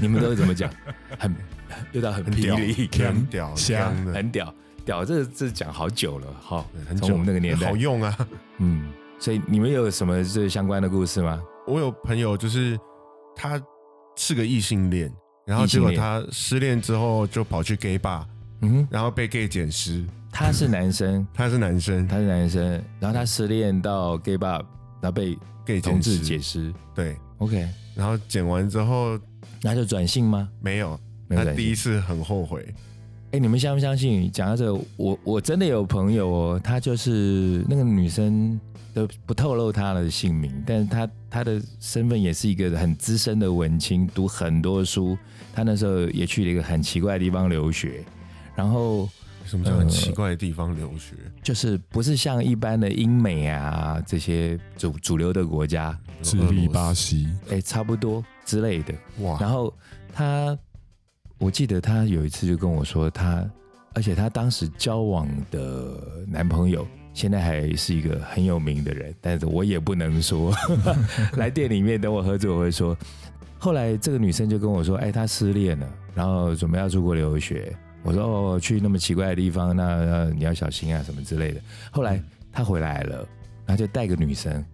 C: 你们都是怎么讲？很又到很
A: 很
C: 霹
A: 屌
C: 雳，，
A: 很屌，
B: 香
A: 香的，
C: 很屌，屌，这这讲好久了，好
A: 对，很
C: 从
A: 久
C: 我们那个年代
A: 好，用啊。
C: 嗯，所以你们有什么这相关的故事吗？
A: 我有朋友就是他是个异性恋，然后结果
C: 异性
A: 他失恋之后就跑去 gay bar，
C: 嗯哼。
A: 然后被 gay 捡尸。
C: 他是男生，
A: 他是男生，
C: 他是男生，然后他失恋到 gay bar，然后被
A: gay
C: 同
A: 捡
C: 志
A: 尸，
C: 解释
A: 对，
C: ，OK，
A: 然后捡完之后
C: 那就转性吗？
A: 没有，
C: 没有
A: 他
C: 转
A: 第
C: 性
A: 一。次很后悔，
C: 哎、你们相不相信？讲到这个，我我真的有朋友哦，她就是那个女生都不透露她的姓名，但是她她的身份也是一个很资深的文青，读很多书。她那时候也去了一个很奇怪的地方留学，然后
A: 什么叫很奇怪的地方留学？
C: 就是不是像一般的英美啊这些主主流的国家，
B: 智
A: 俄罗
B: 利、
A: 斯
B: 巴 西，
C: 哎、差不多之类的。然
A: 哇，
C: 后他，我记得他有一次就跟我说，他，而且他当时交往的男朋友现在还是一个很有名的人，但是我也不能说， 来店里面等我喝醉我会说。后来这个女生就跟我说，哎，她失恋了，然后准备要出国留学。我说哦，去那么奇怪的地方，那那你要小心啊，什么之类的。后来他回来了，然后就带个女生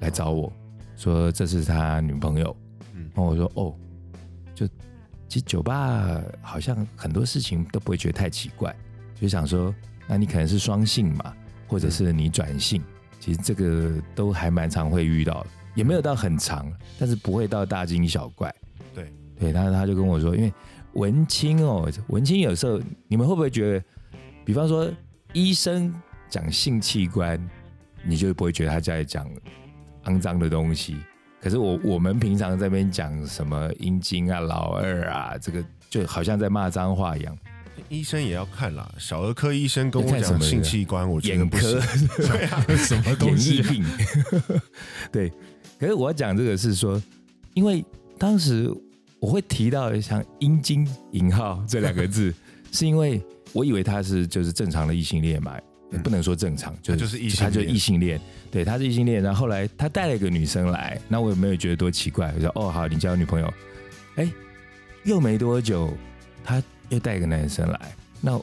C: 来找我，说这是他女朋友。
A: 嗯
C: 然后我说哦，就其实酒吧好像很多事情都不会觉得太奇怪，就想说，那你可能是双性嘛，或者是你转性，其实这个都还蛮常会遇到的，也没有到很长，但是不会到大惊小怪。
A: 对
C: 对，他他就跟我说，因为文青哦，文青有时候你们会不会觉得，比方说医生讲性器官，你就不会觉得他在讲肮脏的东西。可是我我们平常在那边讲什么阴茎啊、老二啊，这个就好像在骂脏话一样。
A: 医生也要看啦，小儿科医生跟
C: 你
A: 我
C: 看什
A: 讲
C: 么的
A: 性器官，我觉得
C: 眼
A: 不
C: 科
A: 行，对啊，
B: 什么
C: 演
B: 东
C: 艺
B: 西？
C: 病，对。可是我要讲这个是说，因为当时我会提到像“阴茎引号”这两 个字，是因为我以为他是就是正常的异性恋嘛，
A: 嗯
C: 不能说正常，就
A: 他
C: 是
A: 就是异性
C: 他就
A: 恋
C: 异性恋，对，他是异性恋。然后后来他带了一个女生来，那我也没有觉得多奇怪，我说哦好，你交女朋友，哎，又没多久他又带一个男生来，那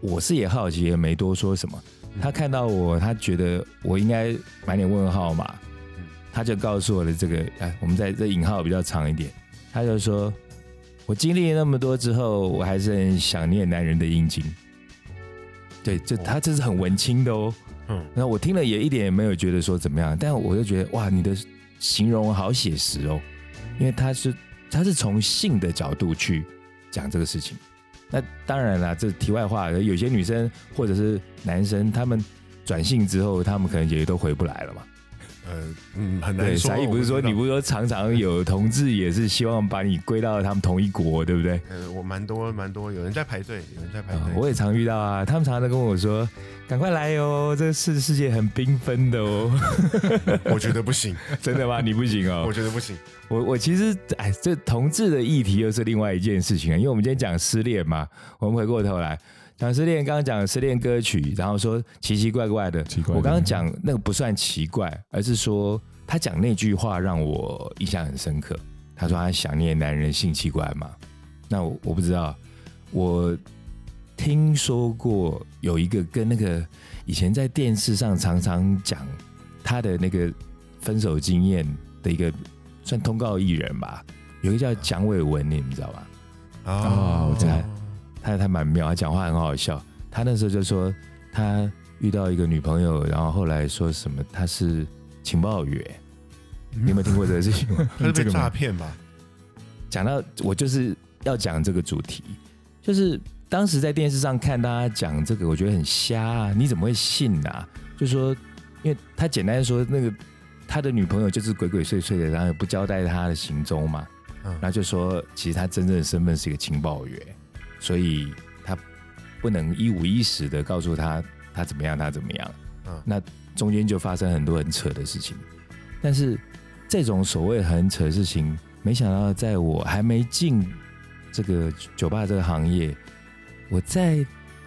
C: 我是也好奇，也没多说什么。
A: 嗯
C: 他看到我，他觉得我应该满脸问号嘛
A: 嗯，
C: 他就告诉我的这个，哎，我们在这引号比较长一点，他就说，我经历了那么多之后，我还是很想念男人的阴茎。对，这
A: 哦
C: 他这是很文青的哦。
A: 嗯
C: 那我听了也一点也没有觉得说怎么样，但我就觉得哇，你的形容好写实哦，因为他是他是从性的角度去讲这个事情。那当然啦，这题外话，有些女生或者是男生，他们转性之后，他们可能也都回不来了嘛。
A: 呃嗯很
C: 对，
A: 难说。
C: 傻义不是说
A: 我知道
C: 你不是说常常有同志也是希望把你归到他们同一国，对不对？
A: 呃，我蛮多蛮多，有人在排队，有人在排
C: 啊
A: 队。
C: 我也常遇到啊，他们常常都跟我说：“赶快来哦，这世世界很缤纷的哦。
A: 我觉得不 行，”
C: 真的吗？你不行哦
A: 我。觉得不行。
C: 我我其实哎，这同志的议题又是另外一件事情了，因为我们今天讲失恋嘛，我们回过头来讲失恋，刚刚讲失恋歌曲，然后说奇奇怪怪的，
B: 奇怪的
C: 我刚刚讲那个不算奇怪，而是说他讲那句话让我印象很深刻。他说他想念男人性器官嘛，那我我不知道，我听说过有一个跟那个以前在电视上常常讲他的那个分手经验的一个算通告艺人吧，有一个叫蒋伟文，你们知道吧？
A: 哦
C: 我知道他他蛮妙，他讲话很好笑。他那时候就说他遇到一个女朋友，然后后来说什么他是情报员，你有没有听过这个事情吗？
A: 嗯他是被
B: 这个
A: 诈
B: 吗？
A: 骗吧？
C: 讲到我就是要讲这个主题，就是当时在电视上看大家讲这个，我觉得很瞎啊！你怎么会信啊？就说，因为他简单说那个他的女朋友就是鬼鬼祟祟的，然后也不交代他的行踪嘛，然
A: 嗯，
C: 后就说其实他真正的身份是一个情报员，所以他不能一五一十的告诉他他怎么样，他怎么样。
A: 嗯
C: 那中间就发生很多很扯的事情。但是这种所谓很扯的事情，没想到在我还没进这个酒吧这个行业，我在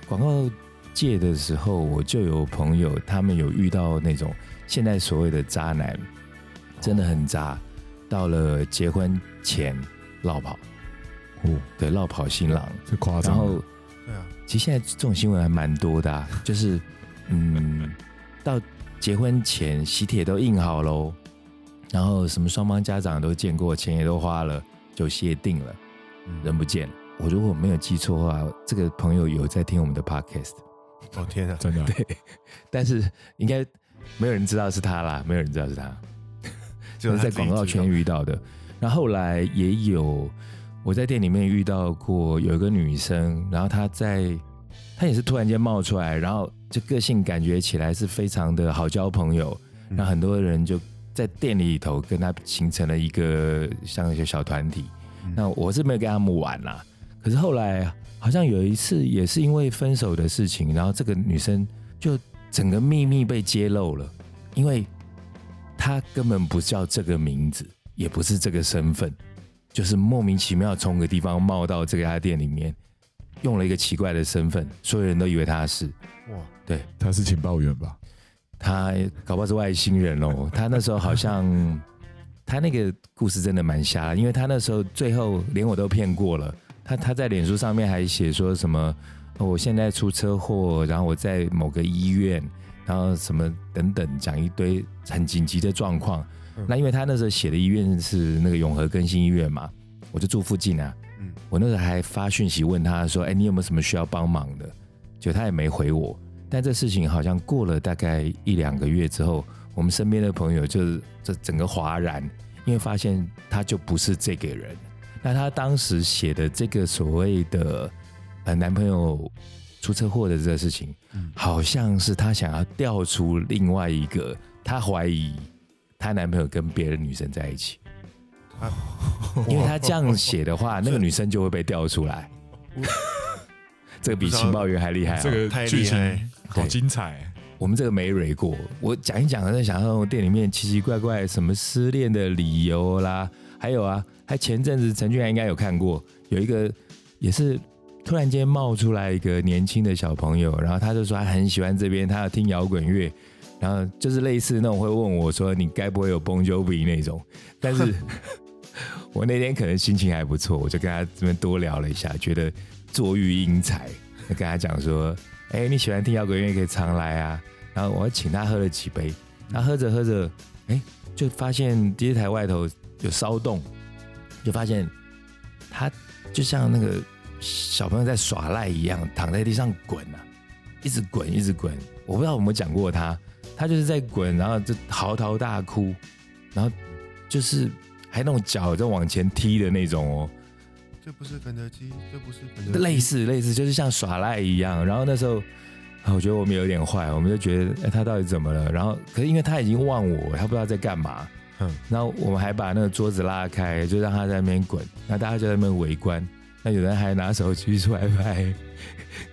C: 广告界的时候，我就有朋友他们有遇到那种现在所谓的渣男，真的很渣，到了结婚前落跑，
B: 哦，
C: 对，落跑新郎，
B: 这夸
C: 然
B: 张了。
C: 后
A: 对啊，
C: 其实现在这种新闻还蛮多 的、啊，就是嗯，到结婚前喜帖都印好喽，然后什么双方家长都见过，钱也都花了，酒席也定了，人不见了。我如果没有记错的话，这个朋友有在听我们的 podcast，
A: 哦天啊，
B: 真的啊，
C: 但是应该没有人知道是他啦，没有人知道是他。
A: 只
C: 我
A: 有他
C: 是嗯在
A: 自己
C: 广告
A: 知道
C: 圈遇到的。然后后来也有我在店里面遇到过有一个女生，然后她在她也是突然间冒出来，然后就个性感觉起来是非常的好交朋友，
A: 嗯
C: 然后很多人就在店里头跟她形成了一个像一个小团体。
A: 嗯
C: 那我是没有跟他们玩啦、可是后来好像有一次也是因为分手的事情，然后这个女生就整个秘密被揭露了，因为她根本不叫这个名字，也不是这个身份，就是莫名其妙从个地方冒到这家店里面，用了一个奇怪的身份，所有人都以为她是
A: 哇，
B: 他是情报员吧？
C: 她，搞不好是外星人哦。 她那时候好像。她那个故事真的蛮瞎的，因为她那时候最后连我都骗过了。她她在脸书上面还写说什么、哦我现在出车祸，然后我在某个医院，然后什么等等，讲一堆很紧急的状况。
A: 嗯
C: 那因为他那时候写的医院是那个永和更新医院嘛，我就住附近啊。
A: 嗯
C: 我那时候还发讯息问他说：“哎、你有没有什么需要帮忙的？”就他也没回我。但这事情好像过了大概一两个月之后，我们身边的朋友就是这整个哗然，因为发现他就不是这个人。那他当时写的这个所谓的呃男朋友出车祸的这个事情，
A: 嗯
C: 好像是她想要调出另外一个，她怀疑她男朋友跟别的女生在一起，因为她这样写的话，那个女生就会被调出来
A: 我。
C: 这个比情报员还厉害、啊，
B: 这个
A: 太
B: 剧
A: 厉害
B: 情好精彩，
C: 我们这个没蕊过。我讲一讲，在想象店里面奇奇怪怪什么失恋的理由啦，还有啊，还前阵子陈俊然应该有看过，有一个也是突然间冒出来一个年轻的小朋友，然后他就说他很喜欢这边，他要听摇滚乐。然后就是类似那种会问我说你该不会有 Bon Jovi 那种，但是我那天可能心情还不错，我就跟他这边多聊了一下，觉得作育英才，就跟他讲说，哎、你喜欢听摇滚乐可以常来啊。然后我还请他喝了几杯，他喝着喝着，哎、就发现第一台外头有骚动，就发现他就像那个小朋友在耍赖一样，躺在地上滚啊，一直滚，一直滚。我不知道有没有讲过他，他就是在滚，然后就嚎啕大哭，然后就是还那种脚在往前踢的那种哦，
A: 这不是肯德基，这不是肯德基，
C: 类似类似，就是像耍赖一样。然后那时候，啊我觉得我们有点坏，我们就觉得、哎，他到底怎么了？然后，可是因为他已经忘我，他不知道在干嘛。
A: 嗯
C: 然后我们还把那个桌子拉开，就让他在那边滚，那大家就在那边围观。那有人还拿手机出来拍，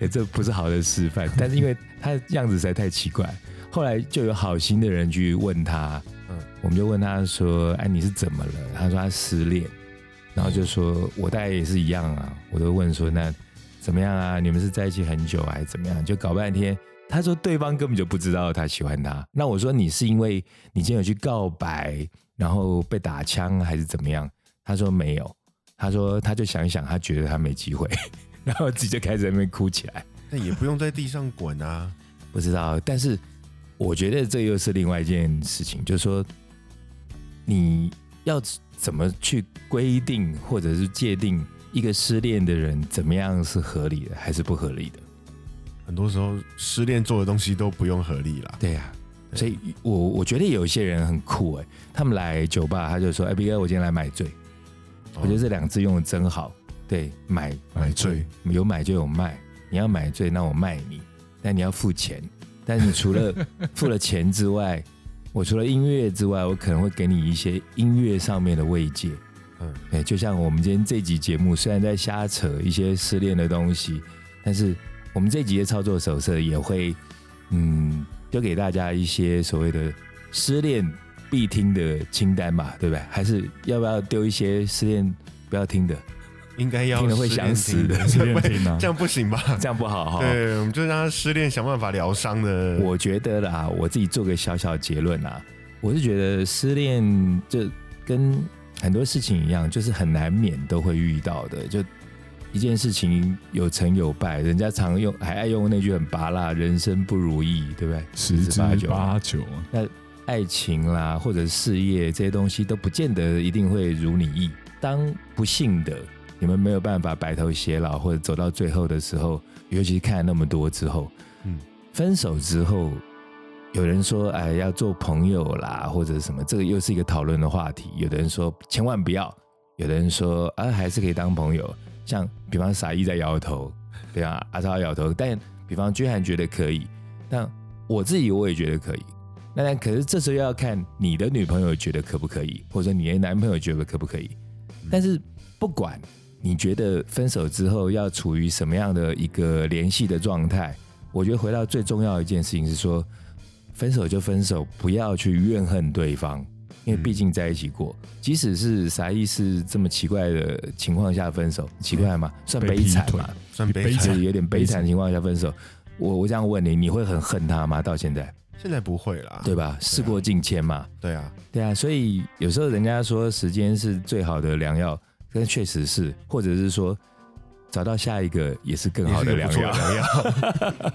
C: 哎这不是好的示范。但是因为他的样子实在太奇怪，后来就有好心的人去问他，
A: 嗯
C: 我们就问他说：“哎，你是怎么了？”他说他失恋，然后就说：“我大概也是一样啊。”我就问说：“那怎么样啊？你们是在一起很久啊还是怎么样？”就搞半天，他说对方根本就不知道他喜欢他。那我说：“你是因为你今天有去告白，然后被打枪还是怎么样？”他说：“没有。”他说：“他就想一想，他觉得他没机会， 然后自己就开始在那边哭起来。”
A: 但也不用在地上滚啊。
C: 不知道，但是我觉得这又是另外一件事情，就是说你要怎么去规定或者是界定一个失恋的人怎么样是合理的还是不合理的？
A: 很多时候失恋做的东西都不用合理啦。
C: 对呀、
A: 对
C: 所以我我觉得有一些人很酷哎、他们来酒吧他就说：“哎、b 哥，我今天来买醉。”
A: 哦
C: 我觉得这两字用的真好，对，买
B: 买哎醉，
C: 有买就有卖，你要买醉，那我卖你，但你要付钱。但你除了付了钱之外，我除了音乐之外，我可能会给你一些音乐上面的慰藉。
A: 嗯
C: 对，就像我们今天这集节目，虽然在瞎扯一些失恋的东西，但是我们这集的操作手册也会，嗯，就给大家一些所谓的失恋必听的清单吧，对不对？还是要不要丢一些失恋不要听的？
A: 应该要
C: 听了会
A: 失恋
C: 想死的
A: 听
B: 随便听啊
A: 这。样不行吧？
C: 这样不好哈。
A: 对，我们就让他失恋，想办法疗伤的。
C: 我觉得啦，我自己做个小小结论啦，我是觉得失恋就跟很多事情一样，就是很难免都会遇到的。就一件事情有成有败，人家常用还爱用那句很拔辣，人生不如意，对不对？
B: 十之
C: 八九
B: 八九，
C: 爱情啦，或者事业这些东西都不见得一定会如你意。当不幸的你们没有办法白头偕老或者走到最后的时候，尤其是看了那么多之后，
A: 嗯
C: 嗯，分手之后，有人说哎要做朋友啦，或者什么，这个又是一个讨论的话题。有的人说千万不要，有的人说啊还是可以当朋友。像比方傻一在摇头，对啊，阿超在摇头，但比方居然觉得可以，但我自己我也觉得可以。那但可是这时候又要看你的女朋友觉得可不可以，或者你的男朋友觉得可不可以。但是不管你觉得分手之后要处于什么样的一个联系的状态，我觉得回到最重要的一件事情是说，分手就分手，不要去怨恨对方，因为毕竟在一起过。即使是啥意思这么奇怪的情况下分手，奇怪吗？算
B: 被
C: 悲惨
B: 劈腿
C: 嘛，
A: 算悲
B: 悲
A: 惨
B: 惨
C: 就，是有点悲惨的情况下分手。我我这样问你，你会很恨他吗？到现在，
A: 现在不会啦。
C: 对吧？事过境迁嘛。
A: 对啊，
C: 对啊，所以有时候人家说时间是最好的良药，但确实是，或者是说找到下一个也是更好的
A: 也
C: 良
A: 是一个
C: 药
A: 不。错的良药。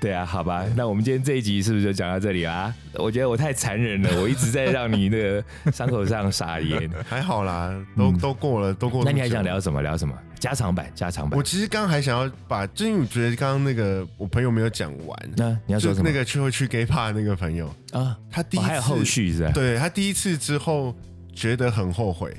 C: 对啊，好吧，那我们今天这一集是不是就讲到这里啦？我觉得我太残忍了，我一直在让你的伤口上撒盐。
A: 还好啦，都
B: 嗯
A: 都过了，都过了。
C: 那你还想？聊什么？聊什么？加长版，加长版
A: 我。其实刚刚还想要把，就是因为我觉得刚刚那个我朋友没有讲完，
C: 那你要
A: 就
C: 说什么？
A: 那个去会去 gay bar 那个朋友，
C: 啊，
A: 他第一
C: 哦、
A: 次
C: 还有后，续是吧？
A: 对他第一次之后觉得很后悔，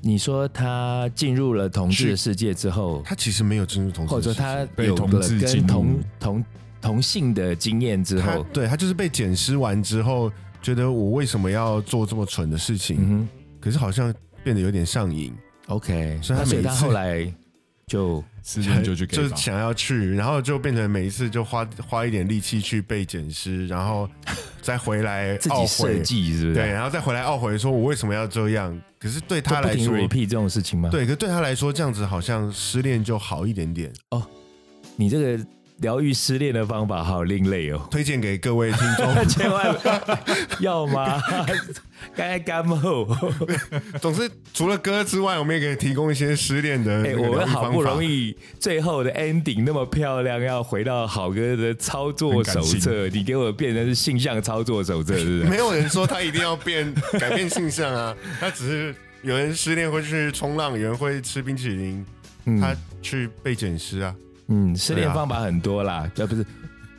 C: 你说他进入了同志的世界之后，
A: 他其实没有进入同志
C: 或
A: 的世
C: 者
A: 界，
C: 他
B: 被
C: 有
B: 同
C: 了
B: 志进入
C: 跟同同同性的经验之
A: 他
C: 后，
A: 对他就是被捡尸完之后，觉得我为什么要做这么蠢的事情？
C: 嗯哼。
A: 可是好像变得有点上瘾，
C: OK，
A: 所以他
C: 那所以
A: 每
C: 他
A: 次
C: 后来 就
B: 时间就去 K
A: 就
B: 吧。
A: 想要去，然后就变成每一次就花花一点力气去被检视，然后再回来
C: 自己
A: 懊
C: 设
A: 悔，
C: 计，是不是？
A: 哦对，，然后再回来懊悔，说我为什么要这样？可是对他
C: 就不
A: 来
C: 停
A: 说，
C: repeat 啊这种事情吗？，
A: 对，可是对他来说，这样子好像失恋就好一点点。
C: 你这个疗愈失恋的方法好另类 哦。
A: 推荐给各位听 众。
C: 千万 要吗？该干 后，
A: 总之，除了歌之外，我们也可以提供一些失恋的
C: 哎、
A: 那个
C: 我
A: 疗
C: 们
A: 愈
C: 好
A: 方
C: 不
A: 法
C: 容易最后的 ending 那么漂亮，要回到好哥的操作手册，你给我变成是性向操作手册，是不
A: 没
C: 是？
A: 有人说他一定要变改变性向 啊，他只是有人失恋会去冲浪，有人会吃冰淇淋，他
C: 嗯
A: 去被捡尸啊。
C: 嗯，失恋方法很多啦，呃、不是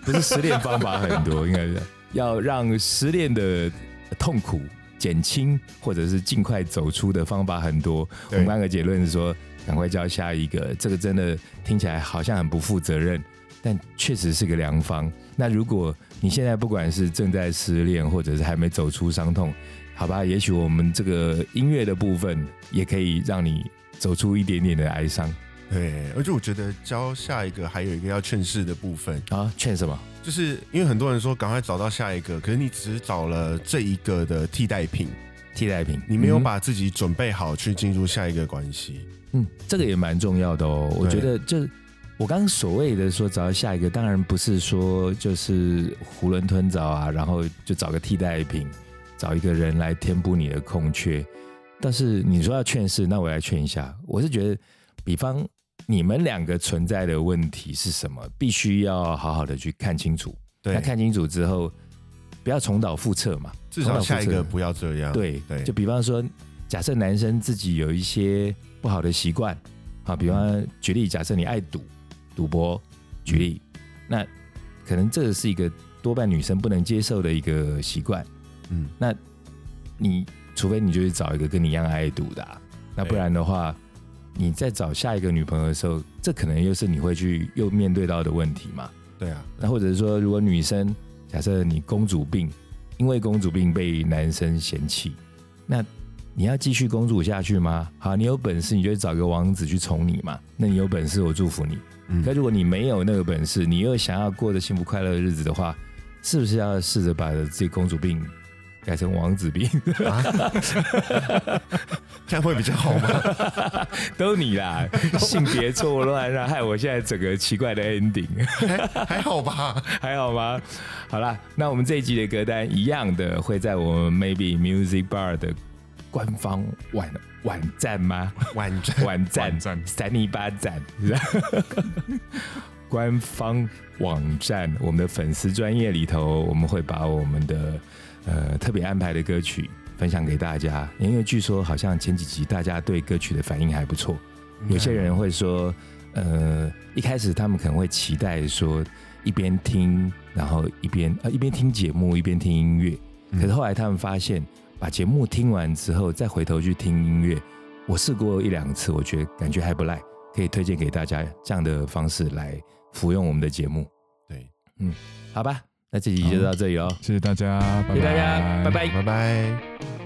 C: 不是失恋方法很多，应该 是要让失恋的痛苦减轻，或者是尽快走出的方法很多。我
A: 对
C: 们刚刚结论是说，赶快交下一个，这个真的听起来好像很不负责任，但确实是个良方。那如果你现在不管是正在失恋，或者是还没走出伤痛，好吧，也许我们这个音乐的部分也可以让你走出一点点的哀伤
A: 对，而且我觉得教下一个还有一个要劝世的部分，
C: 啊。劝什么？
A: 就是因为很多人说赶快找到下一个，可是你只找了这一个的替代品，
C: 替代品？
A: 你没有把自己准备好去进入下一个关系。
C: 嗯，这个也蛮重要的哦。我觉
A: 对
C: 得就我刚刚所谓的说找到下一个，当然不是说就是囫囵吞枣啊，然后就找个替代品，找一个人来填补你的空缺。但是你说要劝世，那我来劝一下。我是觉得，比方你们两个存在的问题是什么，必须要好好的去看清楚。那
A: 对，
C: 看清楚之后，不要重蹈覆辙嘛。
A: 至少下一
C: 重蹈覆
A: 个
C: 辙
A: 不要这样。
C: 对
A: 对
C: 就比方说，假设男生自己有一些不好的习惯，啊，
A: 嗯
C: 比方举例，假设你爱赌，赌博，举例，
A: 嗯
C: 那可能这是一个多半女生不能接受的一个习惯。
A: 嗯，
C: 你除非你就去找一个跟你一样爱赌的啊、那不然的话，你在找下一个女朋友的时候，这可能又是你会去又面对到的问题嘛。
A: 对啊，
C: 那或者是说，如果女生假设你公主病，因为公主病被男生嫌弃，那你要继续公主下去吗？好，你有本事你就找个王子去宠你嘛，那你有本事我祝福你。
A: 嗯
C: 可如果你没有那个本事，你又想要过着幸福快乐的日子的话，是不是要试着把自己公主病改成王子病？
A: 啊，这样会比较好吗？
C: 都你啦， 性别错乱啊，害我现在整个奇怪的 ending。
A: 还还好 吧？
C: 还好吗？好啦，那我们这一集的歌单一样的会在我们 Maybe Music Bar 的官方网网站吗？
A: 晚站
C: 网站
B: 网站
C: 三一八站， 官方网站，我们的粉丝专业里头，我们会把我们的呃特别安排的歌曲分享给大家，因为据说好像前几集大家对歌曲的反应还不错，有些人会说，呃，一开始他们可能会期待说一边听，然后一边呃一边听节目一边听音乐，
A: 嗯
C: 可是后来他们发现，把节目听完之后再回头去听音乐，我试过一两次，我觉得感觉还不赖，可以推荐给大家这样的方式来服用我们的节目，嗯
A: 对，
C: 好吧？那这集就到这里喽，哦
B: 谢谢大家，拜
C: 谢谢大家，拜拜。
A: 拜拜。
B: 拜